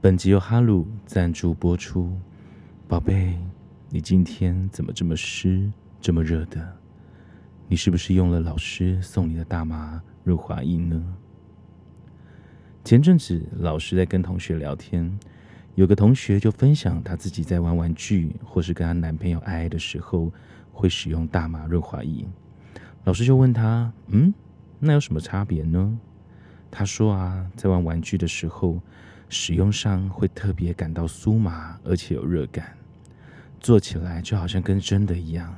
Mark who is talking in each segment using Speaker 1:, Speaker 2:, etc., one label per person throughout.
Speaker 1: 本集由哈鲁赞助播出。宝贝，你今天怎么这么湿，这么热的？你是不是用了老师送你的大麻润滑液呢？前阵子老师在跟同学聊天，有个同学就分享他自己在玩玩具或是跟她男朋友爱爱的时候，会使用大麻润滑液。老师就问他：“嗯，那有什么差别呢？”他说：“啊，在玩玩具的时候，使用上会特别感到酥麻，而且有热感，做起来就好像跟真的一样。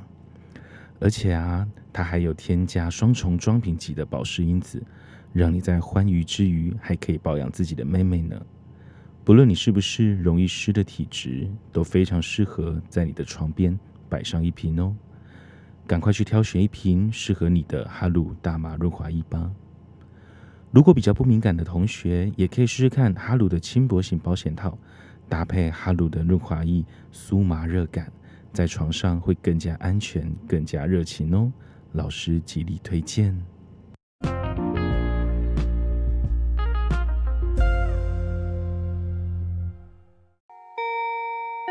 Speaker 1: 而且啊，它还有添加双重装瓶级的保湿因子，让你在欢愉之余还可以保养自己的妹妹呢。不论你是不是容易湿的体质，都非常适合在你的床边摆上一瓶哦。赶快去挑选一瓶适合你的哈鲁大麻润滑液吧。如果比较不敏感的同学，也可以试试看哈鲁的轻薄型保险套，搭配哈鲁的润滑液，酥麻热感，在床上会更加安全、更加热情哦。老师极力推荐。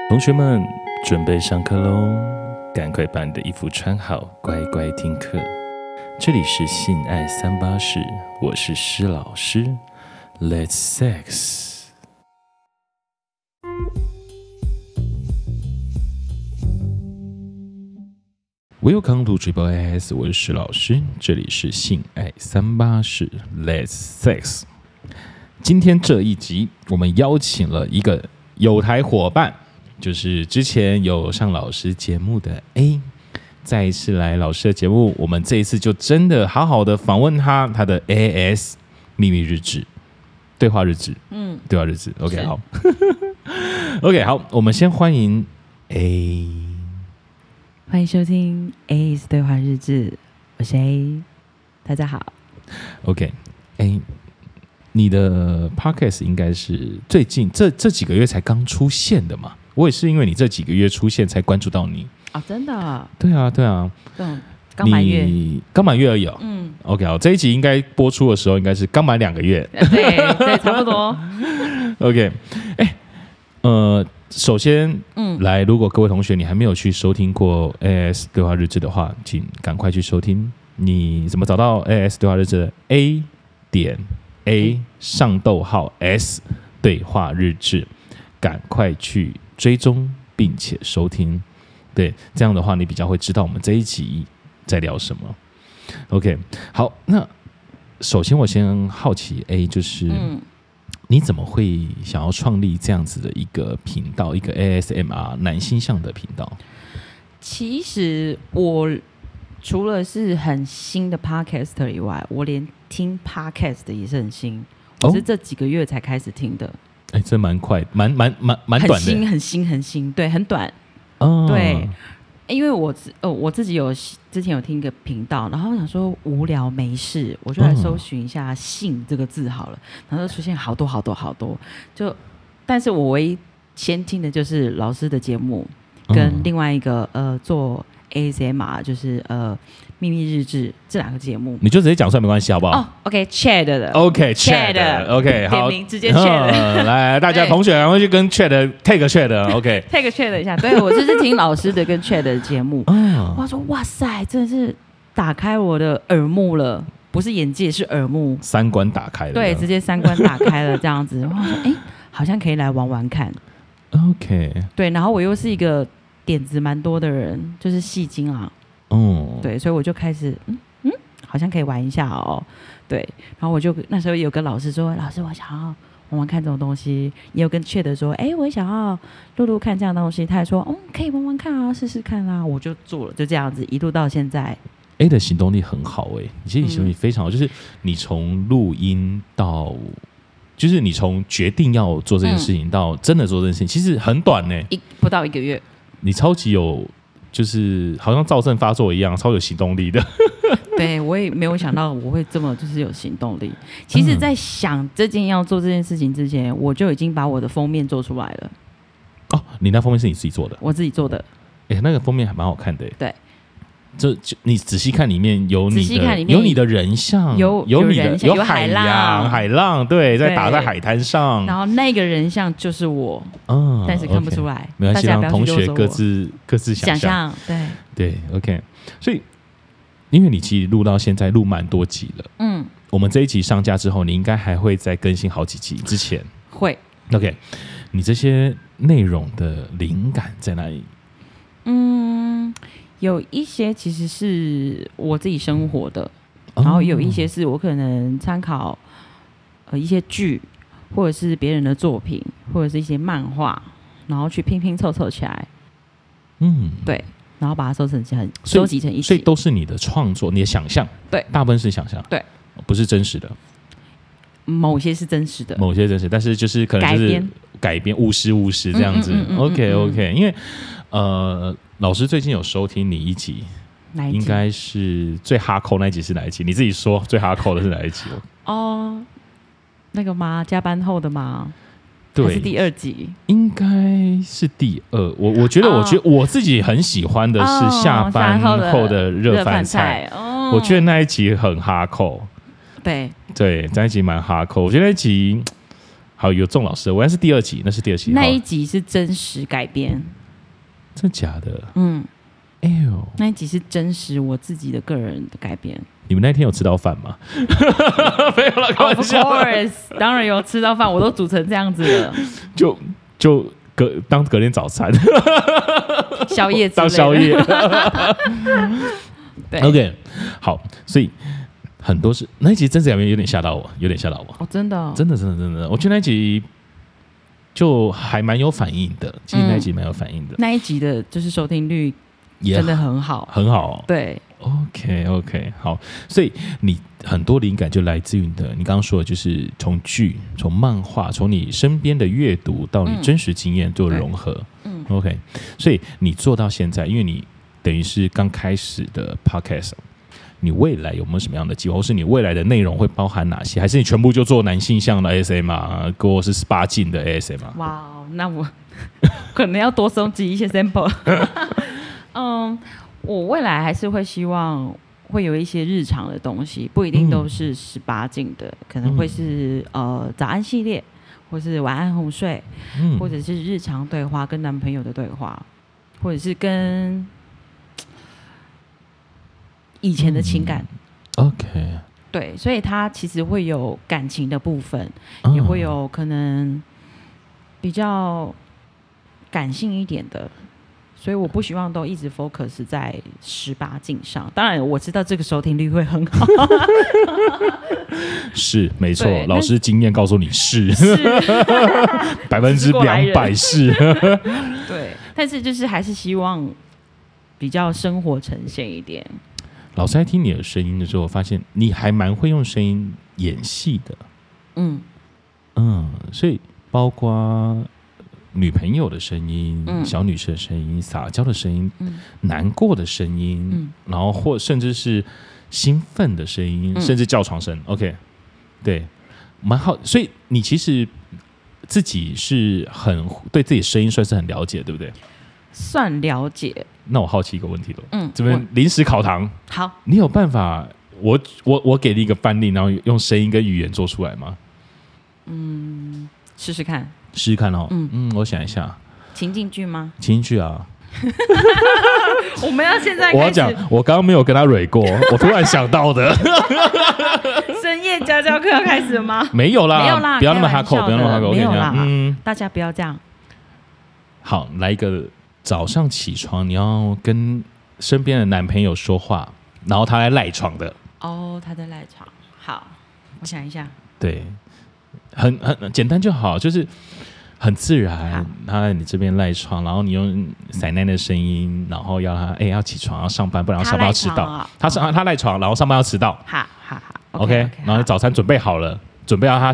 Speaker 1: 同学们，准备上课喽！赶快把你的衣服穿好，乖乖听课。这里是性爱三八室，我是施老师，Let's sex。Welcome to Triple S，我是施老师，这里是性爱三八室，Let's sex。今天这一集，我们邀请了一个有台伙伴，就是之前有上老师节目的 A，再一次来老师的节目，我们这一次就真的好好的访问他，他的 AS 秘密日志，对话日志，嗯，对话日志，OK，
Speaker 2: 是
Speaker 1: 好 ，OK，好，我们先欢迎 A，
Speaker 2: 欢迎收听 A's 对话日志，我是 A，大家好。
Speaker 1: OK，哎、你的 Podcast 应该是最近这这几个月才刚出现的嘛？我也是因为你这几个月出现才关注到你。
Speaker 2: 哦，真的哦，
Speaker 1: 对啊，对啊，
Speaker 2: 这种刚满月，
Speaker 1: 你刚满月而已、哦。
Speaker 2: 嗯，
Speaker 1: OK，好，这一集应该播出的时候应该是刚满两个月。
Speaker 2: 呃 对对，差不多，
Speaker 1: OK，哎、呃，首先
Speaker 2: 嗯，
Speaker 1: 来，如果各位同学你还没有去收听过 AS 对话日志的话，请赶快去收听。你怎么找到 AS 对话日志的？A 点 A 上逗号 S 对话日志，赶快去追踪并且收听。对，这样的话你比较会知道我们这一集在聊什么。OK，好，那首先我先好奇 A 就是。
Speaker 2: 嗯，
Speaker 1: 你怎么会想要创立这样子的一个频道，一个 ASMR 男性向的频道？
Speaker 2: 其实我除了是很新的 podcaster 以外，我连听 podcast 的也是很新，我
Speaker 1: 哦
Speaker 2: 是这几个月才开始听的，
Speaker 1: 哎、这蛮快，蛮蛮蛮蛮
Speaker 2: 很
Speaker 1: 短的
Speaker 2: 新，很新，很新，对，很短，
Speaker 1: 哦
Speaker 2: 对，因为我自呃我自己有之前有听一个频道，然后想说无聊没事，我就来搜寻一下“性”这个字好了，然后就出现好多好多好多，就但是我唯一先听的就是老师的节目，
Speaker 1: 嗯
Speaker 2: 跟另外一个、呃做 ASMR 就是呃秘密日志这两个节目。
Speaker 1: 你就直接讲出来没关系，好不好、
Speaker 2: 哦、o k c h a t 的
Speaker 1: o k c h a
Speaker 2: Chad
Speaker 1: t o k
Speaker 2: 点
Speaker 1: 好，
Speaker 2: 名直接 Chad
Speaker 1: 嗯来，大家
Speaker 2: 对
Speaker 1: 同学赶快去跟 Chat take Chat，OK，、
Speaker 2: take c h a t 一下，对我就是听老师的跟 c h a t 的节目，
Speaker 1: 啊，
Speaker 2: 我说 哇塞，真的是打开我的耳目了，不是眼界，是耳目。
Speaker 1: 三观打开了，
Speaker 2: 对，直接三观打开了这样子。然 后我说，哎、好像可以来玩玩看。
Speaker 1: ，OK，
Speaker 2: 对，然后我又是一个点子蛮多的人，就是戏精啊，
Speaker 1: 嗯，，
Speaker 2: 对，所以我就开始，嗯嗯，好像可以玩一下哦。对，然后我就那时候有跟老师说，老师，我想要。玩玩看这种东西，也有跟确的说，哎、我也想要录录看这样的东西。他也说，嗯，可以玩玩看啊，试试看啊。我就做了，就这样子一路到现在。
Speaker 1: A 的行动力很好哎、你其实你
Speaker 2: 嗯
Speaker 1: 行动力非常好，就是你从录音到，就是你从决定要做这件事
Speaker 2: 嗯
Speaker 1: 情到真的做这件事情，其实很短呢、欸
Speaker 2: 一不到一个月，
Speaker 1: 你超级有，就是好像躁症发作一样，超有行动力的。
Speaker 2: 对我也没有想到我会这么就是有行动力。其实，
Speaker 1: 嗯
Speaker 2: 在想这件要做这件事情之前，我就已经把我的封面做出来了，
Speaker 1: 哦，你那封面是你自己做的？
Speaker 2: 我自己做的。
Speaker 1: 哎、那个封面还蛮好看的、欸。
Speaker 2: 对，
Speaker 1: 这就你仔细看里面有你
Speaker 2: 仔细看
Speaker 1: 的
Speaker 2: 里面
Speaker 1: 有你的人像，
Speaker 2: 有
Speaker 1: 有
Speaker 2: 有
Speaker 1: 你的
Speaker 2: 人像有
Speaker 1: 海
Speaker 2: 海浪
Speaker 1: 洋海浪，对，在打在海滩上，
Speaker 2: 然后那个人像就是我，
Speaker 1: 嗯
Speaker 2: 但是看不出
Speaker 1: 来，
Speaker 2: 来，
Speaker 1: 没
Speaker 2: 大
Speaker 1: 关系，
Speaker 2: 家
Speaker 1: 让
Speaker 2: 不要去
Speaker 1: 同
Speaker 2: 啰
Speaker 1: 学
Speaker 2: 嗦
Speaker 1: 各
Speaker 2: 我
Speaker 1: 自各自
Speaker 2: 想
Speaker 1: 象。
Speaker 2: 象，对，
Speaker 1: 对，OK，所以因为你其实录到现在录蛮多集了，
Speaker 2: 嗯，
Speaker 1: 我们这一集上架之后，你应该还会再更新好几集。之前
Speaker 2: 会，
Speaker 1: ，OK，你这些内容的灵感在哪里？
Speaker 2: 嗯，有一些其实是我自己生活的，
Speaker 1: 哦
Speaker 2: 然后有一些是我可能参考呃一些剧，或者是别人的作品，或者是一些漫画，然后去拼拼凑凑起来，
Speaker 1: 嗯，
Speaker 2: 对，然后把它收成成
Speaker 1: 所以
Speaker 2: 收集成一
Speaker 1: 所以
Speaker 2: 集。
Speaker 1: 都是你的创作，你的想象，
Speaker 2: 对
Speaker 1: 大部分是想象，
Speaker 2: 对，
Speaker 1: 不是真实的，
Speaker 2: 某些是真实的，
Speaker 1: 某些真实，但是就是可能就
Speaker 2: 改
Speaker 1: 是
Speaker 2: 编
Speaker 1: 改编务实务实这样子
Speaker 2: 嗯嗯嗯嗯嗯。嗯
Speaker 1: OK OK，因为呃，老师最近有收听你一集，
Speaker 2: 哪一
Speaker 1: 应
Speaker 2: 集？
Speaker 1: 该是最哈扣那一集是哪一集？你自己说最哈扣的是哪一集？
Speaker 2: 哦，那个吗？加班后的吗？ 还
Speaker 1: 对，
Speaker 2: 是第二集。
Speaker 1: 应该是第二。我我觉得，我
Speaker 2: 哦
Speaker 1: 觉得我自己很喜欢的是
Speaker 2: 哦
Speaker 1: 下班
Speaker 2: 下班后的
Speaker 1: 后的热
Speaker 2: 饭
Speaker 1: 饭菜，，
Speaker 2: 哦，
Speaker 1: 我觉得那一集很哈扣。
Speaker 2: 对，
Speaker 1: 对，那一集蛮哈扣，我觉得那一集嗯好有中老师，我应该是第二集，那是第二集，
Speaker 2: 那
Speaker 1: 好
Speaker 2: 一集是真实改编，
Speaker 1: 真假的？
Speaker 2: 嗯，
Speaker 1: 哎呦，
Speaker 2: 那一集是真实我自己的个人的改编。
Speaker 1: 你们那天有吃到饭吗？ 没有了，开
Speaker 2: Of
Speaker 1: 玩笑，
Speaker 2: course，当然有吃到饭，我都煮成这样 子了，
Speaker 1: 就就隔当隔天早餐，
Speaker 2: 宵夜之
Speaker 1: 当
Speaker 2: 类的
Speaker 1: 宵。夜。
Speaker 2: 对
Speaker 1: OK，好，所以很多是那一集真实改编有点吓到我，有点吓到我，
Speaker 2: 哦，真的、哦，
Speaker 1: 真的真的真的，我觉得那一集就还蛮有反应的，其实那一集蛮有反应的，
Speaker 2: 嗯那一集的就是收听率
Speaker 1: 也
Speaker 2: 真的很好。
Speaker 1: 很好。
Speaker 2: 对，
Speaker 1: OK OK，好，所以你很多灵感就来自于你的，你刚刚说的就是从剧、从漫画、从你身边的阅读到你
Speaker 2: 嗯
Speaker 1: 真实经验做
Speaker 2: 对
Speaker 1: 融合。
Speaker 2: 嗯
Speaker 1: OK，所以你做到现在，因为你等于是刚开始的 Podcast，你未来有没有什么样的计划，或是你未来的内容会包含哪些？还是你全部就做男性向的 ASM 啊，或是十八禁的 ASM 啊？
Speaker 2: 哇哦，那我 可能要多收集一些 sample。嗯，我未来还是会希望会有一些日常的东西，不一定都是十八禁的，可能会是呃早安系列，或是晚安哄睡，
Speaker 1: 嗯
Speaker 2: 或者是日常对话，跟男朋友的对话，或者是跟以前的情感。
Speaker 1: OK，
Speaker 2: 对，所以它其实会有感情的部分，
Speaker 1: 嗯
Speaker 2: 也会有可能比较感性一点的，所以我不希望都一直 focus 在十八禁上。当然，我知道这个收听率会很 好，
Speaker 1: 嗯是没错
Speaker 2: 对，
Speaker 1: 老
Speaker 2: 但
Speaker 1: 师经验告诉你是
Speaker 2: 是，
Speaker 1: 百分之
Speaker 2: 过来
Speaker 1: 两
Speaker 2: 人
Speaker 1: 百是。
Speaker 2: 对，但是就是还是希望比较生活呈现一点。
Speaker 1: 老师在听你的声音的时候，我发现你还蛮会用声音演戏的，
Speaker 2: 嗯
Speaker 1: 嗯，所以包括女朋友的声音、
Speaker 2: 嗯
Speaker 1: 小女生的声音、撒娇的声音、
Speaker 2: 嗯
Speaker 1: 难过的声音，
Speaker 2: 嗯
Speaker 1: 然后或甚至是兴奋的声音，
Speaker 2: 嗯
Speaker 1: 甚至叫床声。OK，对，蛮好。所以你其实自己是很对自己声音算是很了解，对不对？
Speaker 2: 算了解。
Speaker 1: 那我好奇一个问题了，
Speaker 2: 嗯，
Speaker 1: 这边临时考堂，
Speaker 2: 我好，
Speaker 1: 你有办法？我我我给你一个范例，然后用声音跟语言做出来吗？
Speaker 2: 嗯，试试看
Speaker 1: 试试看哦。嗯
Speaker 2: 嗯
Speaker 1: 我想一下，
Speaker 2: 情境剧 吗？
Speaker 1: 情绪啊，
Speaker 2: 我们要现在
Speaker 1: 我要
Speaker 2: 开
Speaker 1: 讲
Speaker 2: 始，
Speaker 1: 我刚刚没有跟他蕊过， 我突然想到 的，
Speaker 2: 深夜家教课要开始了 吗？
Speaker 1: 没有啦，
Speaker 2: 没有啦
Speaker 1: 不要那么哈
Speaker 2: 开
Speaker 1: 口，
Speaker 2: 玩笑的
Speaker 1: 不要那么哈口，我跟你
Speaker 2: 没有啦
Speaker 1: 讲，嗯，
Speaker 2: 大家不要这样。
Speaker 1: 好，来一个早上起床，你要跟身边的男朋友说话，然后他来赖床的，
Speaker 2: 哦，他在赖床。好，我想一下。
Speaker 1: 对，很很简单就好，就是很自然
Speaker 2: 好。
Speaker 1: 他在你这边赖床，然后你用奶奶的声音，然后要他哎、要起床要上班，不然上班要迟
Speaker 2: 他赖
Speaker 1: 到
Speaker 2: 床啊。
Speaker 1: 他上他赖床，然后上班要迟到。
Speaker 2: 哈哈哈。
Speaker 1: 然后你早餐准备好了，准备要他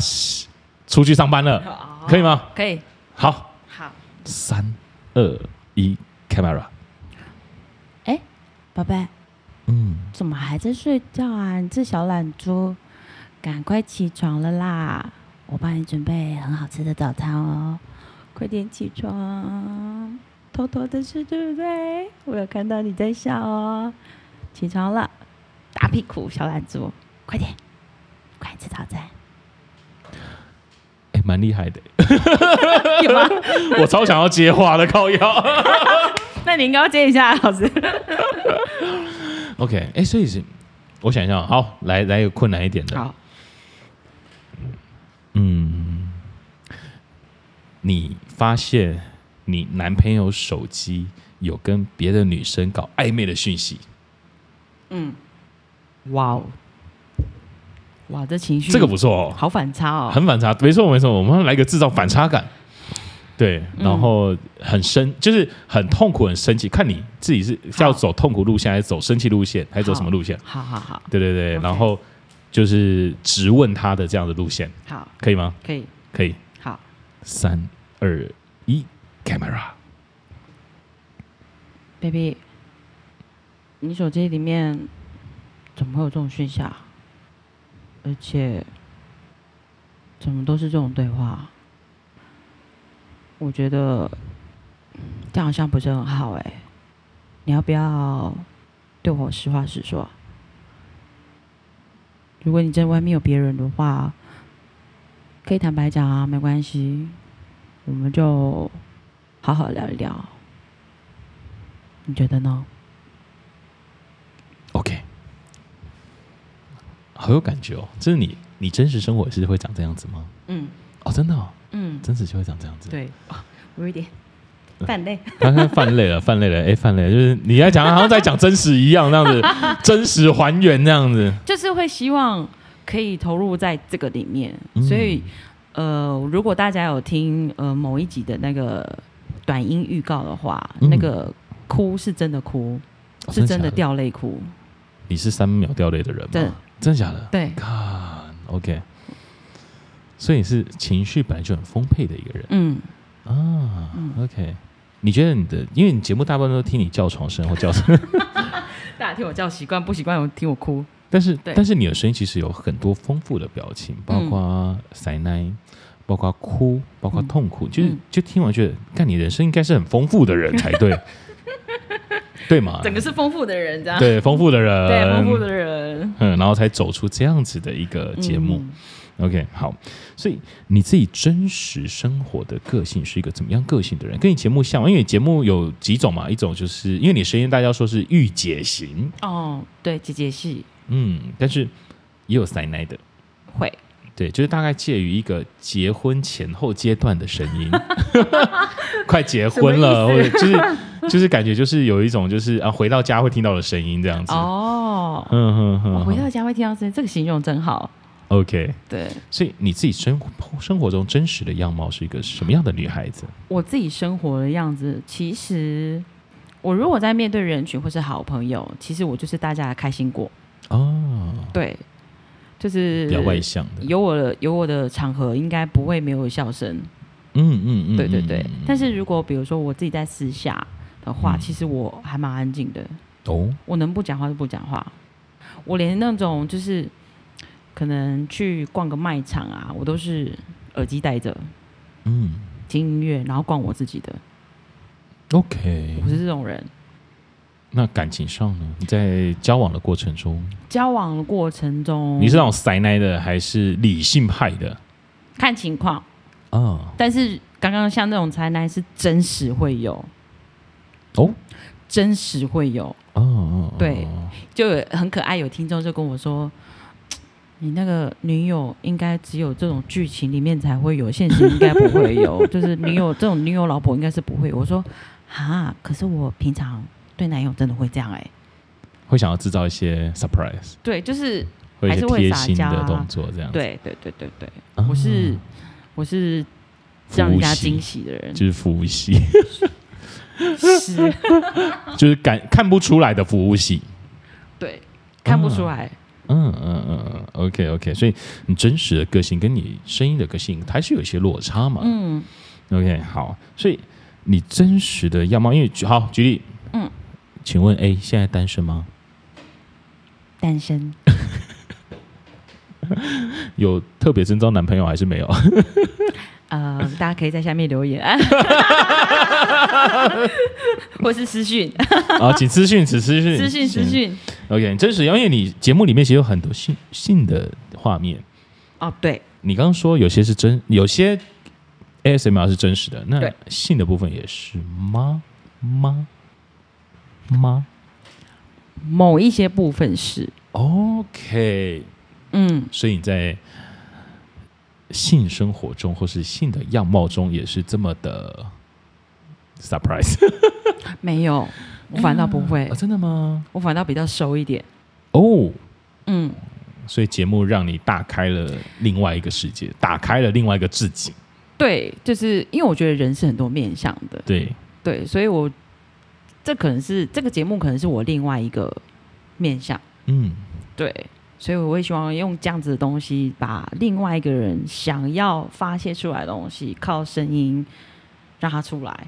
Speaker 1: 出去上班了，
Speaker 2: 好
Speaker 1: 可以？吗？
Speaker 2: 哦可以。
Speaker 1: 好，
Speaker 2: 好，
Speaker 1: 三二一，camera。
Speaker 2: 宝贝，
Speaker 1: 嗯，
Speaker 2: 怎么还在睡觉啊？你这小懒猪，赶快起床了啦！我帮你准备很好吃的早餐哦，快点起床。偷偷的吃，对不对？我有看到你在笑哦。起床了，大屁股小懒猪，快点，快点吃早 餐。
Speaker 1: 哎，蛮厉害的，
Speaker 2: 有吗？
Speaker 1: 我超想要接话的，靠 腰。
Speaker 2: 那你应该要接一下，老师。
Speaker 1: OK，哎，所以是，我想一下，好，来来一个困难一点的，
Speaker 2: 好，
Speaker 1: 嗯，你发现你男朋友手机有跟别的女生搞暧昧的讯息，
Speaker 2: 嗯，哇哦，哇，这情绪
Speaker 1: 这个不错哦，
Speaker 2: 好反差哦，
Speaker 1: 很反差，没错没错，我们要来个制造反差感。对，
Speaker 2: 嗯
Speaker 1: 然后很生，就是很痛苦、很生气，看你自己是是要
Speaker 2: 好
Speaker 1: 走痛苦路线，还是走生气路线，还是走什么路线？
Speaker 2: 好好好
Speaker 1: 对对对，
Speaker 2: OK
Speaker 1: 然后就是直问他的这样的路线，
Speaker 2: 好，
Speaker 1: 可以吗？
Speaker 2: 可以，
Speaker 1: 可以，
Speaker 2: 好，
Speaker 1: 三二一，camera。
Speaker 2: baby，你手机里面怎么会有这种讯息啊？而且怎么都是这种对话？啊我觉得这样好像不是很好哎、你要不要对我实话实说？如果你在外面有别人的话，可以坦白讲啊，没关系，我们就好好聊一聊。你觉得呢？
Speaker 1: OK，好有感觉哦！这是你，你真实生活是会长这样子吗？
Speaker 2: 嗯
Speaker 1: 哦，真的、哦，
Speaker 2: 嗯，
Speaker 1: 真实就会长这样子。，
Speaker 2: 对， 我有一点
Speaker 1: 嗯
Speaker 2: 犯累。
Speaker 1: 他刚犯累了，犯累了，哎，犯累了，就是你在讲，好像在讲真实一样，那样子，真实还原那样子。
Speaker 2: 就是会希望可以投入在这个里面，
Speaker 1: 嗯
Speaker 2: 所以呃，如果大家有听呃某一集的那个短音预告的话，
Speaker 1: 嗯
Speaker 2: 那个哭是真的哭，
Speaker 1: 哦
Speaker 2: 是真的。
Speaker 1: 假
Speaker 2: 掉泪哭。
Speaker 1: 你是三秒掉泪的人吗？
Speaker 2: 对，
Speaker 1: 真的假的？
Speaker 2: 对，
Speaker 1: 看，OK。所以你是情绪本来就很丰沛的一个人
Speaker 2: 嗯，
Speaker 1: 啊。
Speaker 2: 嗯
Speaker 1: OK，你觉得你的，因为你节目大部分都听你叫床声或叫什么。
Speaker 2: 大家听我叫习惯，不习惯我听我哭。
Speaker 1: 但是，
Speaker 2: 对
Speaker 1: 但是你的声音其实有很多丰富的表情，包括塞奶，包括哭，包括痛苦，就是
Speaker 2: 嗯嗯
Speaker 1: 就听完觉得，看你人生应该是很丰富的人才 对，对嘛？
Speaker 2: 整个是丰富的人，这样
Speaker 1: 啊对丰富的人，
Speaker 2: 对丰富的人
Speaker 1: 嗯，然后才走出这样子的一个节目。
Speaker 2: 嗯
Speaker 1: OK，好，所以你自己真实生活的个性是一个怎么样个性的人？跟你节目像吗，因为你节目有几种嘛，一种就是因为你声音大家说是御姐型，
Speaker 2: 哦，对，姐姐系
Speaker 1: 嗯，但是也有塞奶的。
Speaker 2: 会。
Speaker 1: 对，就是大概介于一个结婚前后阶段的声音， 快结婚了，
Speaker 2: 什
Speaker 1: 或
Speaker 2: 么
Speaker 1: 者就是就是感觉就是有一种就是啊回到家会听到的声音这样子。
Speaker 2: 哦，
Speaker 1: 嗯哼
Speaker 2: 我
Speaker 1: 哼
Speaker 2: 回
Speaker 1: 哼
Speaker 2: 到家会听到声音，这个形容真好。
Speaker 1: ，OK，
Speaker 2: 对
Speaker 1: 所以你自己生活生活中真实的样貌是一个什么样的女孩子？
Speaker 2: 我自己生活的样子，其实我如果在面对人群或是好朋友，其实我就是大家的开心果。
Speaker 1: 哦，
Speaker 2: 对，就是
Speaker 1: 比较外向的，
Speaker 2: 有我的有我的场合，应该不会没有笑声。
Speaker 1: 嗯嗯嗯，
Speaker 2: 对对
Speaker 1: 嗯
Speaker 2: 对。
Speaker 1: 嗯
Speaker 2: 但是如果比如说我自己在私下的话，
Speaker 1: 嗯
Speaker 2: 其实我还蛮安静的。
Speaker 1: 哦，
Speaker 2: 我能不讲话就不讲话。我连那种就是可能去逛个卖场啊，我都是耳机戴着
Speaker 1: 嗯
Speaker 2: 听音乐，然后逛我自己的。
Speaker 1: ，OK，
Speaker 2: 我是这种人。
Speaker 1: 那感情上呢？你在交往的过程中，
Speaker 2: 交往的过程中，
Speaker 1: 你是那种塞奶的还是理性派的？
Speaker 2: 看情况，
Speaker 1: 啊，
Speaker 2: 但是刚刚像那种才男是真实会有，
Speaker 1: 哦。
Speaker 2: 真实会有，
Speaker 1: 哦哦，哦
Speaker 2: 对
Speaker 1: 哦
Speaker 2: 就有很可爱，有听众就跟我说。你那个女友应该只有这种剧情里面才会有，现实应该不会 有。就是女友这种女友老婆应该是不会有。我说哈，可是我平常对男友真的会这样哎、
Speaker 1: 嗯会想要制造一些 surprise，
Speaker 2: 对，就是
Speaker 1: 会有一些
Speaker 2: 还是会
Speaker 1: 贴
Speaker 2: 撒
Speaker 1: 心
Speaker 2: 娇
Speaker 1: 的
Speaker 2: 啊
Speaker 1: 动作这样子。
Speaker 2: 对对对对对，
Speaker 1: 嗯啊，
Speaker 2: 我是我是让人家惊喜的 人
Speaker 1: 就，是服务系，
Speaker 2: 是
Speaker 1: 就是感看不出来的服务系。
Speaker 2: 对，看不出来，
Speaker 1: 嗯嗯嗯嗯，OK OK，所以你真实的个性跟你声音的个性还是有一些落差嘛。
Speaker 2: 嗯，
Speaker 1: OK，好，所以你真实的样貌，因为举好举例，
Speaker 2: 嗯，
Speaker 1: 请问 A 现在单身吗？
Speaker 2: 单身，
Speaker 1: 有特别征召男朋友还是没有？
Speaker 2: 呃，大家可以在下面留 言，或是私讯，
Speaker 1: 啊，请私讯，请私讯，
Speaker 2: 私讯，私讯。
Speaker 1: OK，真实，因为你节目里面其实有很多性性的画面。
Speaker 2: 哦，对，
Speaker 1: 你刚刚说有些是真，有些 ASMR 是真实的，那
Speaker 2: 对
Speaker 1: 性的部分也是吗？吗？吗
Speaker 2: 某一些部分是，
Speaker 1: ？OK，
Speaker 2: 嗯，
Speaker 1: 所以你在性生活中或是性的样貌中也是这么的 surprise
Speaker 2: 没有，我反倒不会
Speaker 1: 啊？，真的吗？
Speaker 2: 我反倒比较熟一点，
Speaker 1: 哦，
Speaker 2: 嗯，
Speaker 1: 所以节目让你打开了另外一个世界，打开了另外一个自己。
Speaker 2: 对，就是因为我觉得人是很多面向的，
Speaker 1: 对，
Speaker 2: 对，所以我这可能是这个节目可能是我另外一个面向，
Speaker 1: 嗯，
Speaker 2: 对，所以我会希望用这样子的东西，把另外一个人想要发泄出来的东西，靠声音让它出来。
Speaker 1: 啊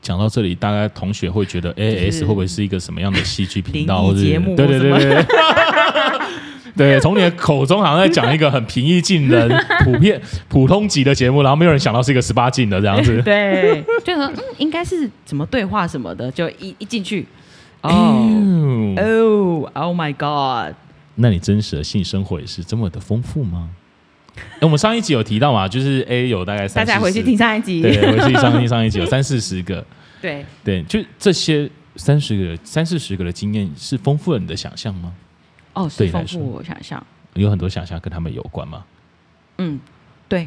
Speaker 1: 讲到这里，大家同学会觉得 A
Speaker 2: 是
Speaker 1: S 会不会是一个什么样的戏剧频道
Speaker 2: 灵
Speaker 1: 或
Speaker 2: 异
Speaker 1: 者
Speaker 2: 节目
Speaker 1: 对对对
Speaker 2: 什
Speaker 1: 对。 对，从你的口中好像在讲一个很平易近 人、普遍普通级的节目，然后没有人想到是一个十八禁的这样 子。
Speaker 2: 对，就说嗯，应该是怎么对话什么的，就一一进去，哦
Speaker 1: 哦
Speaker 2: 哦，Oh my God！
Speaker 1: 那你真实的性生活也是这么的丰富吗？哎，我们上一集有提到嘛，就是 A 有大概
Speaker 2: 大
Speaker 1: 三，
Speaker 2: 家
Speaker 1: 40
Speaker 2: 回去听上一集，
Speaker 1: 对，回去上一上一集有三四十个，
Speaker 2: 对
Speaker 1: 对，就这些三十个、三四十个的经验是丰富了你的想象吗？
Speaker 2: 哦，
Speaker 1: 对
Speaker 2: 是
Speaker 1: 你来
Speaker 2: 丰富
Speaker 1: 说
Speaker 2: 我想象，
Speaker 1: 有很多想象跟他们有关吗
Speaker 2: 嗯，对，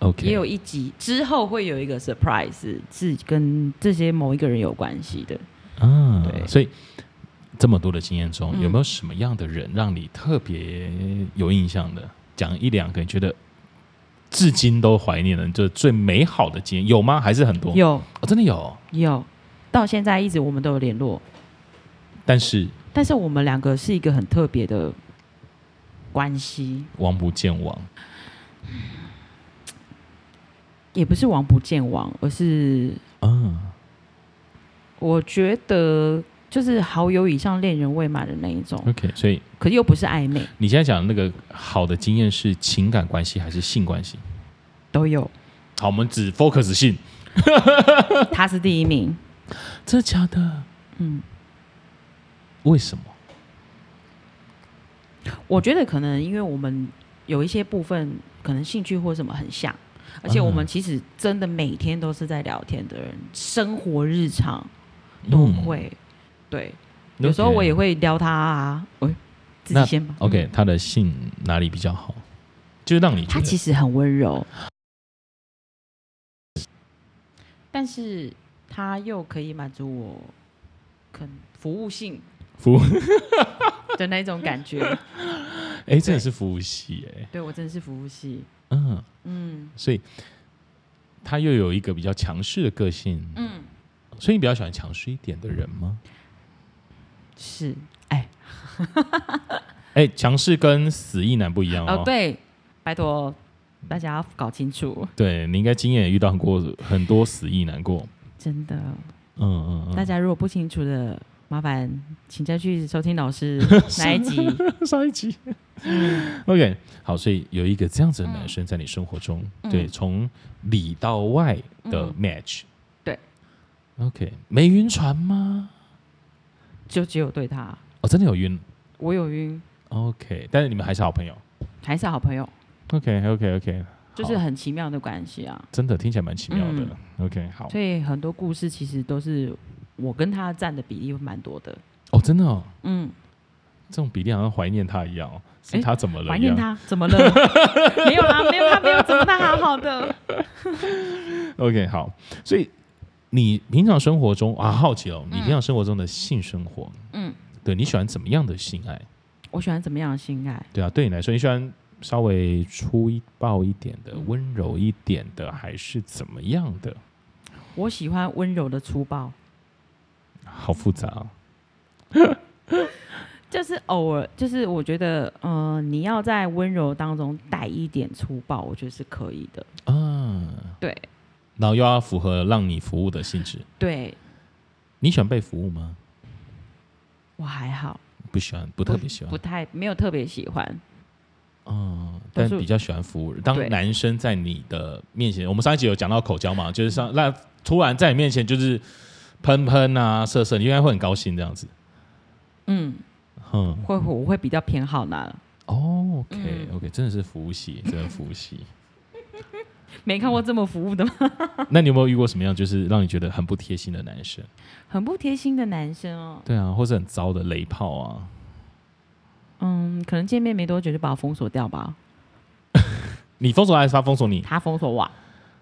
Speaker 1: ？OK，
Speaker 2: 也有一集之后会有一个 surprise，是跟这些某一个人有关系的。
Speaker 1: 啊，
Speaker 2: 对
Speaker 1: 所以这么多的经验中，
Speaker 2: 嗯
Speaker 1: 有没有什么样的人让你特别有印象的？讲一两个，你觉得至今都怀念的，就是最美好的经验有吗？还是很多？
Speaker 2: 有
Speaker 1: 哦，真的有，
Speaker 2: 有，到现在一直我们都有联络，
Speaker 1: 但是
Speaker 2: 但是我们两个是一个很特别的关系，
Speaker 1: 王不见王。
Speaker 2: 也不是王不见王，而是
Speaker 1: 啊，
Speaker 2: 我觉得就是好友以上恋人未满的那一种，
Speaker 1: OK，所以
Speaker 2: 可是又不是暧昧，
Speaker 1: 你现在讲的那个好的经验是情感关系还是性关系？
Speaker 2: 都有。
Speaker 1: 好，我们只 focus 性，
Speaker 2: 他是第一名，
Speaker 1: 真的假的？
Speaker 2: 嗯，
Speaker 1: 为什么？
Speaker 2: 我觉得可能因为我们有一些部分可能兴趣或什么很像，而且我们
Speaker 1: 嗯
Speaker 2: 其实真的每天都是在聊天的人，生活日常都会，对，
Speaker 1: 嗯
Speaker 2: 有时候
Speaker 1: OK
Speaker 2: 我也会撩他啊，我自己
Speaker 1: 那
Speaker 2: 先吧。
Speaker 1: OK，他的性哪里比较好？就是让你觉
Speaker 2: 嗯他
Speaker 1: 得
Speaker 2: 其实很温柔，但是他又可以满足我，肯服务性
Speaker 1: 服 务，
Speaker 2: 的那种感 觉。
Speaker 1: 哎、真的是服务系哎、
Speaker 2: 对我真的是服务系，
Speaker 1: 嗯，
Speaker 2: 嗯
Speaker 1: 所以他又有一个比较强势的个性，
Speaker 2: 嗯，
Speaker 1: 所以你比较喜欢强势一点的人吗？
Speaker 2: 是，哎
Speaker 1: 哎、强势跟死意男不一样哦。
Speaker 2: 哦对，拜托大家要搞清楚，
Speaker 1: 对你应该经验也遇到过很多死意男过，
Speaker 2: 真的，
Speaker 1: 嗯嗯
Speaker 2: 大家如果不清楚的，麻烦请再去收听 老师那一集。
Speaker 1: 嗯， 上一集
Speaker 2: 嗯
Speaker 1: OK，好，所以有一个这样子的男生在你生活中，
Speaker 2: 嗯
Speaker 1: 对，从里到外的
Speaker 2: 嗯
Speaker 1: match，、
Speaker 2: 对
Speaker 1: ，OK，没晕船吗？
Speaker 2: 就只有对他，
Speaker 1: 哦，真的有晕
Speaker 2: 我有晕，
Speaker 1: ，OK，但是你们还是好朋友
Speaker 2: 还是好朋友，
Speaker 1: ，OK，OK，OK，、
Speaker 2: 就是
Speaker 1: 好
Speaker 2: 很奇妙的关系啊。
Speaker 1: 真的听起来蛮奇妙的、OK，好，
Speaker 2: 所以很多故事其实都是我跟他占的比例蛮多的。
Speaker 1: 哦，真的哦，
Speaker 2: 嗯，
Speaker 1: 这种比例好像怀念他一样、哦，是
Speaker 2: 哎
Speaker 1: 他怎么了
Speaker 2: 怀
Speaker 1: 一样？
Speaker 2: 念他怎 么了？没有啦，没有他没有，怎么他好好的？
Speaker 1: OK，好，所以你平常生活中啊，好奇哦，你
Speaker 2: 嗯
Speaker 1: 平常生活中的性生活，
Speaker 2: 嗯，
Speaker 1: 对你喜欢怎么样的性爱？
Speaker 2: 我喜欢怎么样的性爱？
Speaker 1: 对啊，对你来说，你喜欢稍微粗暴一点的、
Speaker 2: 嗯
Speaker 1: 温柔一点的，还是怎么样的？
Speaker 2: 我喜欢温柔的粗暴，
Speaker 1: 好复杂、哦，
Speaker 2: 就是偶尔，就是我觉得，嗯、你要在温柔当中带一点粗暴，我觉得是可以的。
Speaker 1: 嗯，
Speaker 2: 对
Speaker 1: 然后又要符合让你服务的性质。
Speaker 2: 对，
Speaker 1: 你喜欢被服务吗？
Speaker 2: 我还好，
Speaker 1: 不喜欢，不特别喜欢
Speaker 2: 不。太没有特别喜欢。
Speaker 1: 嗯，
Speaker 2: 都
Speaker 1: 但
Speaker 2: 是
Speaker 1: 比较喜欢服务人。当
Speaker 2: 对
Speaker 1: 男生在你的面前，我们上一集有讲到口交嘛，就是上那突然在你面前就是喷喷啊、射射，你应该会很高兴这样子。
Speaker 2: 嗯，
Speaker 1: 嗯
Speaker 2: 会会我会比较偏好那了。
Speaker 1: 哦，OK
Speaker 2: 嗯
Speaker 1: OK，真的是服务系，真的服务系。
Speaker 2: 没看
Speaker 1: 嗯
Speaker 2: 过这么服务的吗？
Speaker 1: 那你有没有遇过什么样就是让你觉得很不贴心的男生？
Speaker 2: 很不贴心的男生哦，
Speaker 1: 对啊，或是很糟的雷炮啊？
Speaker 2: 嗯，可能见面没多久就把我封锁掉吧，
Speaker 1: 你封锁他还是他封锁你？
Speaker 2: 他封锁我，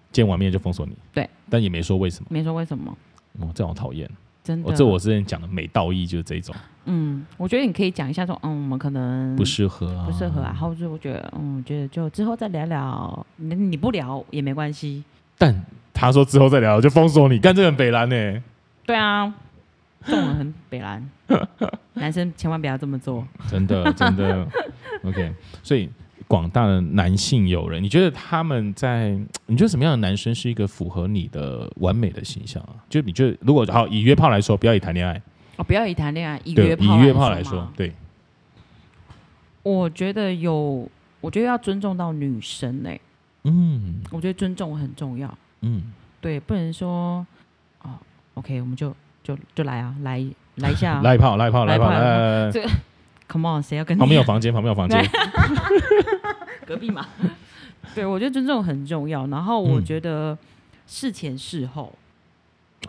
Speaker 1: 见完面就封锁你？
Speaker 2: 对，
Speaker 1: 但也没说为什么。
Speaker 2: 没说为什么，
Speaker 1: 哦，这样我讨厌。哦
Speaker 2: 真的。
Speaker 1: 我这我之前讲的美道义就是这一种，
Speaker 2: 嗯，我觉得你可以讲一下说，嗯，我们可能
Speaker 1: 不适合啊，
Speaker 2: 不适合啊，或者我觉得，嗯，我觉得就之后再聊聊，你你不聊也没关系。
Speaker 1: 但他说之后再聊，我就封锁你，干这个很北蓝呢、欸
Speaker 2: 对啊，这种人很北蓝， 男生千万不要这么做。
Speaker 1: 真的真 的。OK，所以广大的男性友人，你觉得他们在，你觉得什么样的男生是一个符合你的完美的形象啊？就你觉得，如果好以约炮来说，不要以谈恋爱，
Speaker 2: 哦，不要以谈恋爱，以
Speaker 1: 对，
Speaker 2: 约炮
Speaker 1: 以约炮来
Speaker 2: 来
Speaker 1: 说
Speaker 2: 嘛，
Speaker 1: 对，
Speaker 2: 我觉得有，我觉得要尊重到女生哎、
Speaker 1: 嗯
Speaker 2: 我觉得尊重很重要。
Speaker 1: 嗯，
Speaker 2: 对，不能说哦，OK，我们就就就来啊，来来一下、啊、
Speaker 1: 来炮来炮来嗯炮，
Speaker 2: 来炮
Speaker 1: 来来来
Speaker 2: 这，Come on，谁要跟你
Speaker 1: 旁边有房间，旁边有房 间，
Speaker 2: 隔壁嘛？ 对，我觉得尊重很重要。然后我
Speaker 1: 嗯
Speaker 2: 觉得事前事后，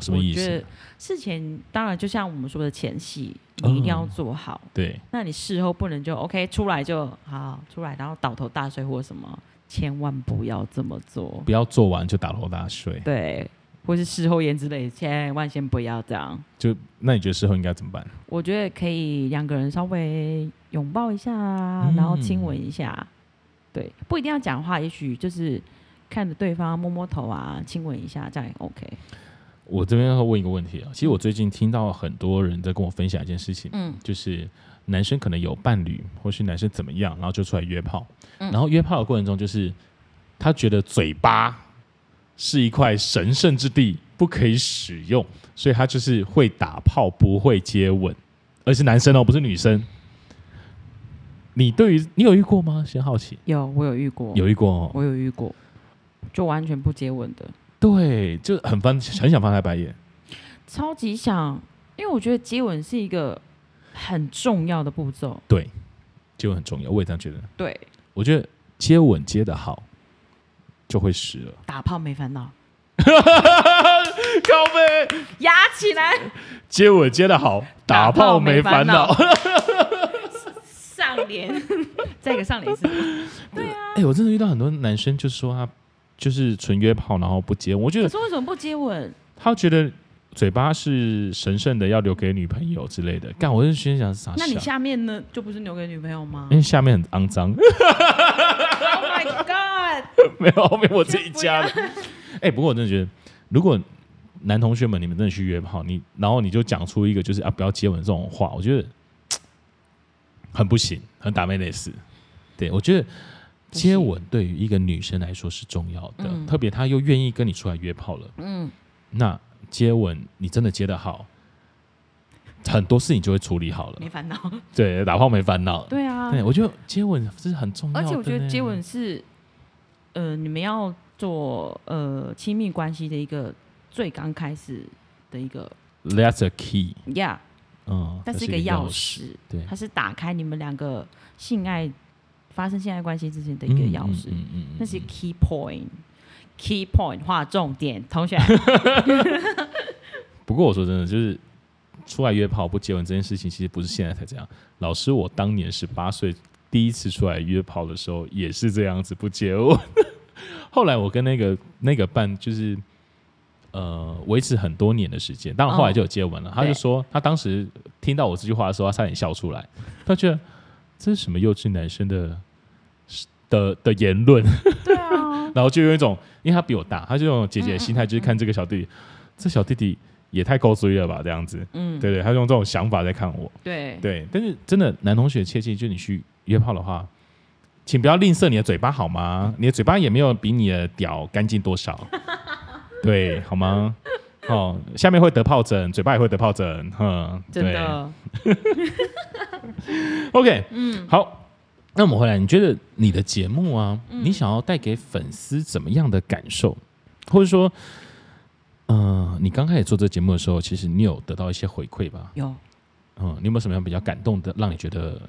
Speaker 1: 什么
Speaker 2: 我
Speaker 1: 意
Speaker 2: 觉
Speaker 1: 思
Speaker 2: 得？事前当然就像我们说的前戏，你一定
Speaker 1: 嗯
Speaker 2: 要做好。
Speaker 1: 对，
Speaker 2: 那你事后不能就 OK 出来就好出来，然后倒头大睡或什么，千万不要这么做。
Speaker 1: 不要做完就打头打睡。
Speaker 2: 对，或是事后言之类，千万先不要这样。
Speaker 1: 就那你觉得事后应该怎么办？
Speaker 2: 我觉得可以两个人稍微拥抱一下，啊
Speaker 1: 嗯
Speaker 2: 然后亲吻一下，对，不一定要讲话，也许就是看着对方摸摸头啊，亲吻一下，这样也 OK。
Speaker 1: 我这边要问一个问题啊，其实我最近听到很多人在跟我分享一件事情，
Speaker 2: 嗯，
Speaker 1: 就是男生可能有伴侣，或是男生怎么样，然后就出来约炮，
Speaker 2: 嗯
Speaker 1: 然后约炮的过程中，就是他觉得嘴巴是一块神圣之地，不可以使用，所以他就是会打炮，不会接吻，而是男生哦，不是女生。你对于你有遇过吗？先好奇，
Speaker 2: 有我有遇过，
Speaker 1: 有遇过哦，
Speaker 2: 我有遇过，就完全不接吻的，
Speaker 1: 对，就很翻，很想翻他白眼，
Speaker 2: 超级想，因为我觉得接吻是一个很重要的步骤，
Speaker 1: 对，接吻很重要，我也这样觉得。
Speaker 2: 对，
Speaker 1: 我觉得接吻接的好，就会湿了。
Speaker 2: 打炮没烦恼，
Speaker 1: 高飞，
Speaker 2: 压起来，
Speaker 1: 接吻接的好，打炮没烦恼。
Speaker 2: 上脸， 再一个上脸是什么
Speaker 1: 哎、我真的遇到很多男生，就说他就是纯约炮，然后不接吻。我觉
Speaker 2: 可
Speaker 1: 得
Speaker 2: 是为什么不接吻？
Speaker 1: 他觉得嘴巴是神圣的，要留给女朋友之类的。干，我就心想傻
Speaker 2: 那你
Speaker 1: 笑，
Speaker 2: 下面呢，就不是留给女朋友吗
Speaker 1: 因为下面很肮脏，
Speaker 2: ？Oh my god！
Speaker 1: 没有后面我自己加的。 哎、不过我真的觉得，如果男同学们你们真的去约炮，你然后你就讲出一个就是啊不要接吻这种话，我觉得嗯很不行，很打妹类似。对我觉得
Speaker 2: 不行
Speaker 1: 接吻对于一个女生来说是重要的，
Speaker 2: 嗯
Speaker 1: 特别她又愿意跟你出来约炮了，
Speaker 2: 嗯，
Speaker 1: 那接吻你真的接得好，很多事情就会处理好了
Speaker 2: 没。烦恼。
Speaker 1: 对，打炮没烦恼。
Speaker 2: 对啊，
Speaker 1: 对，我觉得接吻是很重要
Speaker 2: 而
Speaker 1: 的呢。
Speaker 2: 且我觉得接吻是，呃，你们要做呃亲密关系的一个最刚开始的一个
Speaker 1: that's a key，
Speaker 2: yeah，
Speaker 1: 嗯，
Speaker 2: 它
Speaker 1: 这
Speaker 2: 是一
Speaker 1: 个
Speaker 2: 个钥
Speaker 1: 匙。
Speaker 2: 匙，
Speaker 1: 对，
Speaker 2: 它是打开你们两个性爱发生性爱关系之前的一个钥匙，
Speaker 1: 嗯嗯
Speaker 2: 那是 key point。Key point 划重点，同学，
Speaker 1: 不过我说真的，就是出来约炮不接吻这件事情，其实不是现在才这样。老师，我当年十八岁第一次出来约炮的时候也是这样子不接吻。 后来我跟那个那个伴就是呃维持很多年的时间，当然后来就有接吻了。他
Speaker 2: 哦
Speaker 1: 就说他当时听到我这句话的时候，他差点笑出来，他觉得这是什么幼稚男生的的的言论。
Speaker 2: 对啊，
Speaker 1: 然后就有一种，因为他比我大，他就有那种姐姐的心态，
Speaker 2: 嗯嗯
Speaker 1: 就是看这个小弟弟，这小弟弟也太够追了吧，这样子，
Speaker 2: 嗯，
Speaker 1: 对对，他用这种想法在看我，
Speaker 2: 对，
Speaker 1: 对。但是真的，男同学切记，就你去约炮的话，请不要吝啬你的嘴巴好
Speaker 2: 嗯
Speaker 1: 吗？你的嘴巴也没有比你的屌干净多少，对，好吗？哦，下面会得疱疹，嘴巴也会得疱疹，哼，
Speaker 2: 真哦
Speaker 1: 对
Speaker 2: 的，
Speaker 1: OK，嗯，好，那我们回来，你觉得你的节目啊，
Speaker 2: 嗯
Speaker 1: 你想要带给粉丝怎么样的感受，或者说，呃，你刚开始做这节目的时候，其实你有得到一些回馈吧？
Speaker 2: 有，
Speaker 1: 嗯，你有没有什么样比较感动的，让你觉得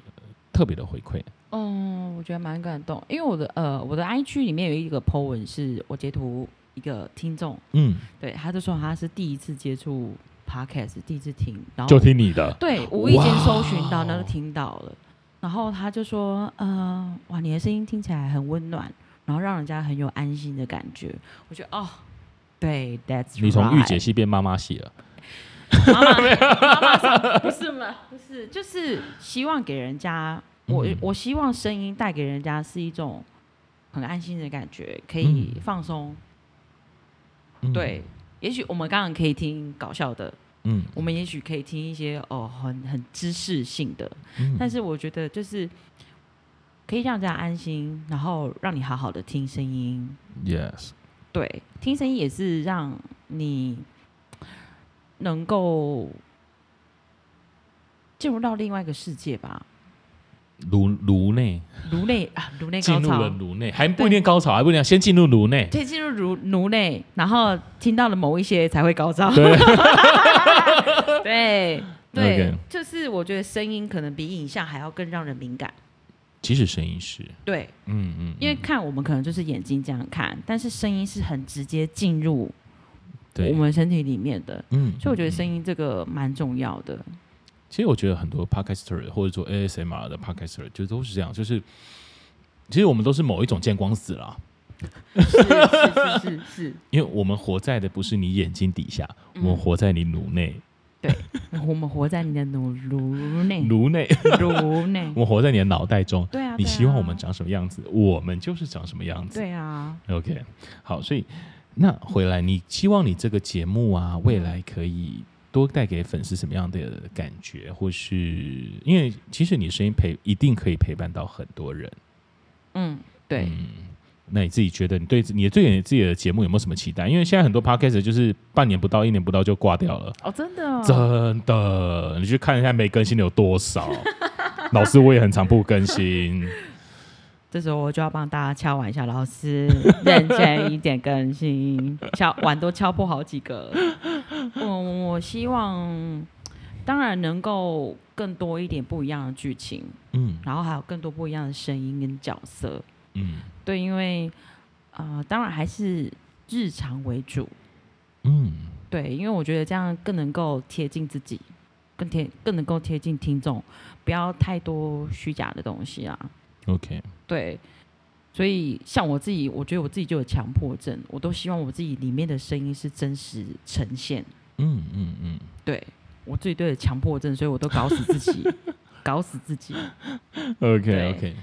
Speaker 1: 特别的回馈？
Speaker 2: 嗯，我觉得蛮感动，因为我的呃，我的 IG 里面有一个 po 文，是我截图一个听众，
Speaker 1: 嗯，
Speaker 2: 对，他就说他是第一次接触 podcast，第一次听，然后
Speaker 1: 就听你的，
Speaker 2: 对，无意间搜寻
Speaker 1: 哇
Speaker 2: 到，
Speaker 1: 哦
Speaker 2: 然后就听到了，然后他就说，呃，哇，你的声音听起来很温暖，然后让人家很有安心的感觉。我觉得哦，对，That's
Speaker 1: 你从御
Speaker 2: right
Speaker 1: 姐系变妈妈系了，
Speaker 2: 妈妈，妈妈桑不是吗？不是，就是希望给人家，我、
Speaker 1: 嗯
Speaker 2: 我希望声音带给人家是一种很安心的感觉，可以
Speaker 1: 嗯
Speaker 2: 放松。
Speaker 1: 嗯
Speaker 2: 对，，也许我们刚刚可以听搞笑的，
Speaker 1: 嗯，
Speaker 2: 我们也许可以听一些哦很很知识性的，
Speaker 1: 嗯
Speaker 2: 但是我觉得就是可以让大家安心，然后让你好好的听声音，
Speaker 1: yes，
Speaker 2: 对，听声音也是让你能够进入到另外一个世界吧，
Speaker 1: 颅颅内
Speaker 2: 颅内啊，颅内
Speaker 1: 进
Speaker 2: 高
Speaker 1: 入了
Speaker 2: 潮，
Speaker 1: 颅内，还不一定高潮，还不一定，先进入颅内，
Speaker 2: 对，进入颅颅内，然后听到了某一些才会高潮。
Speaker 1: 对
Speaker 2: 对对
Speaker 1: OK
Speaker 2: 就是我觉得声音可能比影像还要更让人敏感。
Speaker 1: 其实声音是，
Speaker 2: 对，
Speaker 1: 嗯嗯，
Speaker 2: 因为
Speaker 1: 嗯
Speaker 2: 看我们可能就是眼睛这样看，但是声音是很直接进入我
Speaker 1: 嗯对，
Speaker 2: 们身体里面的，
Speaker 1: 嗯
Speaker 2: 所以我觉得
Speaker 1: 嗯
Speaker 2: 声音这个蛮重要的。
Speaker 1: 其实我觉得很多 podcaster 或者做 ASMR 的 podcaster 就都是这样，就是其实我们都是某一种见光死啦，
Speaker 2: 是是是是是。
Speaker 1: 因为我们活在的不是你眼睛底下，
Speaker 2: 嗯
Speaker 1: 我们活在你颅内，
Speaker 2: 我们活在你的颅颅内，
Speaker 1: 颅内，
Speaker 2: 颅内
Speaker 1: 我。们活在你的脑袋中。
Speaker 2: 嗯对啊，
Speaker 1: 你
Speaker 2: 对啊
Speaker 1: 希望我们？长什么样子，我们就是长什么样子。
Speaker 2: 对啊，
Speaker 1: OK，好，所以那回来，你希望你这个节目啊，未来可以多带给粉丝什么样的感觉，或是因为其实你声音陪一定可以陪伴到很多人。
Speaker 2: 嗯，对，
Speaker 1: 嗯，那你自己觉得你对自你对你自己的节目有没有什么期待？因为现在很多 podcast 就是半年不到、一年不到就挂掉了，
Speaker 2: 哦，真的哦，
Speaker 1: 真的。你去看一下没更新的有多少。老师，我也很常不更新。
Speaker 2: 这时候我就要帮大家敲碗一下，老师认真一点更新，敲碗都敲破好几 个了。嗯，我希望当然能够更多一点不一样的剧情，
Speaker 1: 嗯
Speaker 2: 然后还有更多不一样的声音跟角色。
Speaker 1: 嗯
Speaker 2: 对，因为呃，当然还是日常为主，
Speaker 1: 嗯，
Speaker 2: 对，因为我觉得这样更能够贴近自己，更贴更能够贴近听众，不要太多虚假的东西啊。
Speaker 1: OK，
Speaker 2: 对，所以像我自己，我觉得我自己就有强迫症，我都希望我自己里面的声音是真实呈现。
Speaker 1: 嗯嗯嗯，
Speaker 2: 对我自己都有强迫症，所以我都搞死自己， 搞死自己。
Speaker 1: OK
Speaker 2: 对
Speaker 1: OK，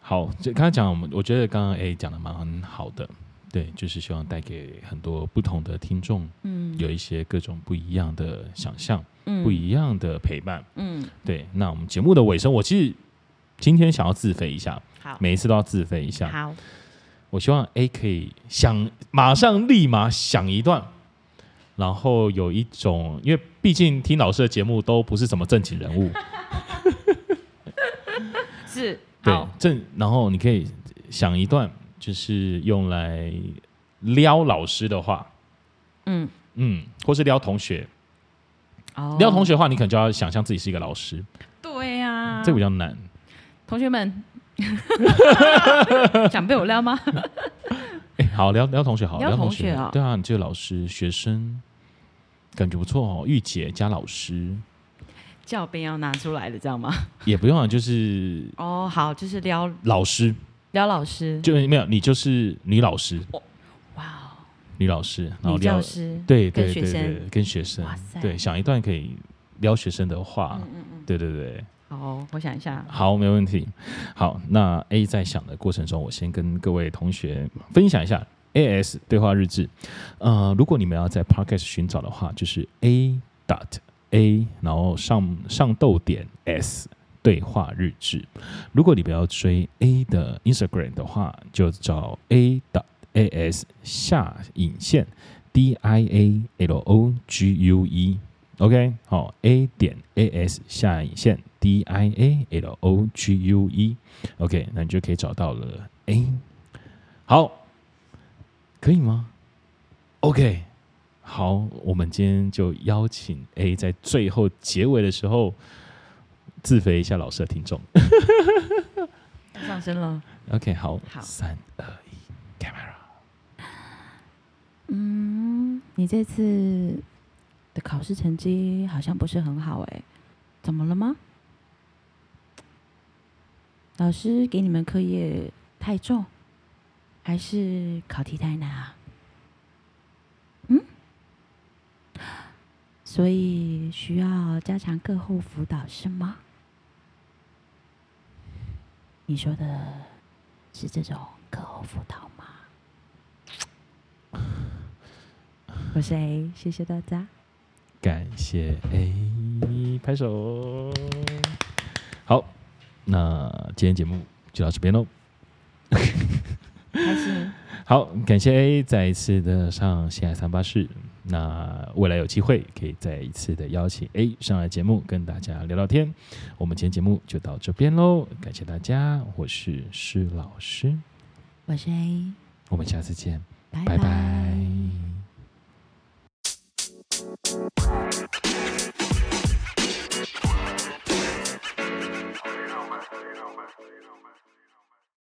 Speaker 1: 好，这刚刚讲我们，我觉得刚刚 A 讲的蛮好的，对，就是希望带给很多不同的听众
Speaker 2: 嗯，
Speaker 1: 有一些各种不一样的想象，
Speaker 2: 嗯
Speaker 1: 不一样的陪伴。
Speaker 2: 嗯，
Speaker 1: 对，那我们节目的尾声，我其实今天想要自费一下，
Speaker 2: 好，
Speaker 1: 每一次都要自费一下。
Speaker 2: 好，
Speaker 1: 我希望 A 可以想马上立马想一段，然后有一种，因为毕竟听老师的节目都不是什么正经人 物，
Speaker 2: 是
Speaker 1: 对
Speaker 2: 好，，
Speaker 1: 正，然后你可以想一段，就是用来撩老师的话，
Speaker 2: 嗯，
Speaker 1: 嗯，或是撩同学。
Speaker 2: 哦，
Speaker 1: 撩同学的话，你可能就要想象自己是一个老师，
Speaker 2: 对呀、啊，
Speaker 1: 这比较难。
Speaker 2: 同 学们 想被我撩吗？
Speaker 1: 哎、好，聊聊同学好，
Speaker 2: 聊
Speaker 1: 聊
Speaker 2: 同
Speaker 1: 学
Speaker 2: 学啊
Speaker 1: 对啊，你这个老师学生感觉不错哦，御姐加老师
Speaker 2: 教鞭要拿出来了，这样吗？
Speaker 1: 也不用啊，就是
Speaker 2: 哦，好，就是撩
Speaker 1: 老师，
Speaker 2: 撩老师，
Speaker 1: 就没有你就是女老师，
Speaker 2: 哇
Speaker 1: 女老师，然
Speaker 2: 哦，
Speaker 1: 后
Speaker 2: 女
Speaker 1: 撩
Speaker 2: 教师，
Speaker 1: 对
Speaker 2: 跟
Speaker 1: 对
Speaker 2: 学
Speaker 1: 对对
Speaker 2: 生，
Speaker 1: 跟学生
Speaker 2: 哇，塞
Speaker 1: 对，想一段可以撩学生的话，
Speaker 2: 嗯嗯嗯，
Speaker 1: 对对对。
Speaker 2: 好，哦我想一下，
Speaker 1: 好，没问题。好，那 A 在想的过程中，我先跟各位同学分享一下 AS 对话日志。呃，如果你们要在 Podcast 寻找的话，就是 A dot A，然后上上逗点 S 对话日志。如果你们要追 A 的 Instagram 的话，就找 A dot AS 下引线 D I A L O G U E。 OK，好，A 点 AS 下影线 D I A L O G U E。OK，那你就可以找到了 A。好，可以吗？OK，好，我们今天就邀请 A 在最后结尾的时候自肥一下老师的听众。
Speaker 2: 上升了。
Speaker 1: OK，好，
Speaker 2: 好
Speaker 1: 三二一，camera。
Speaker 2: 嗯，你这次的考试成绩好像不是很好哎、怎么了吗？老师给你们课业太重，还是考题太难啊？嗯，所以需要加强课后辅导是吗？你说的是这种课后辅导吗？我是 A，谢谢大家。
Speaker 1: 感谢 A，拍手。好，那今天节目就到这边喽。
Speaker 2: 开心。
Speaker 1: 好，感谢 A 再一次的上西海三八室。那未来有机会可以再一次的邀请 A 上来节目跟大家聊聊天。我们今天节目就到这边喽，感谢大家，我是施老师，
Speaker 2: 我是 A，
Speaker 1: 我们下次见，
Speaker 2: 拜
Speaker 1: 拜拜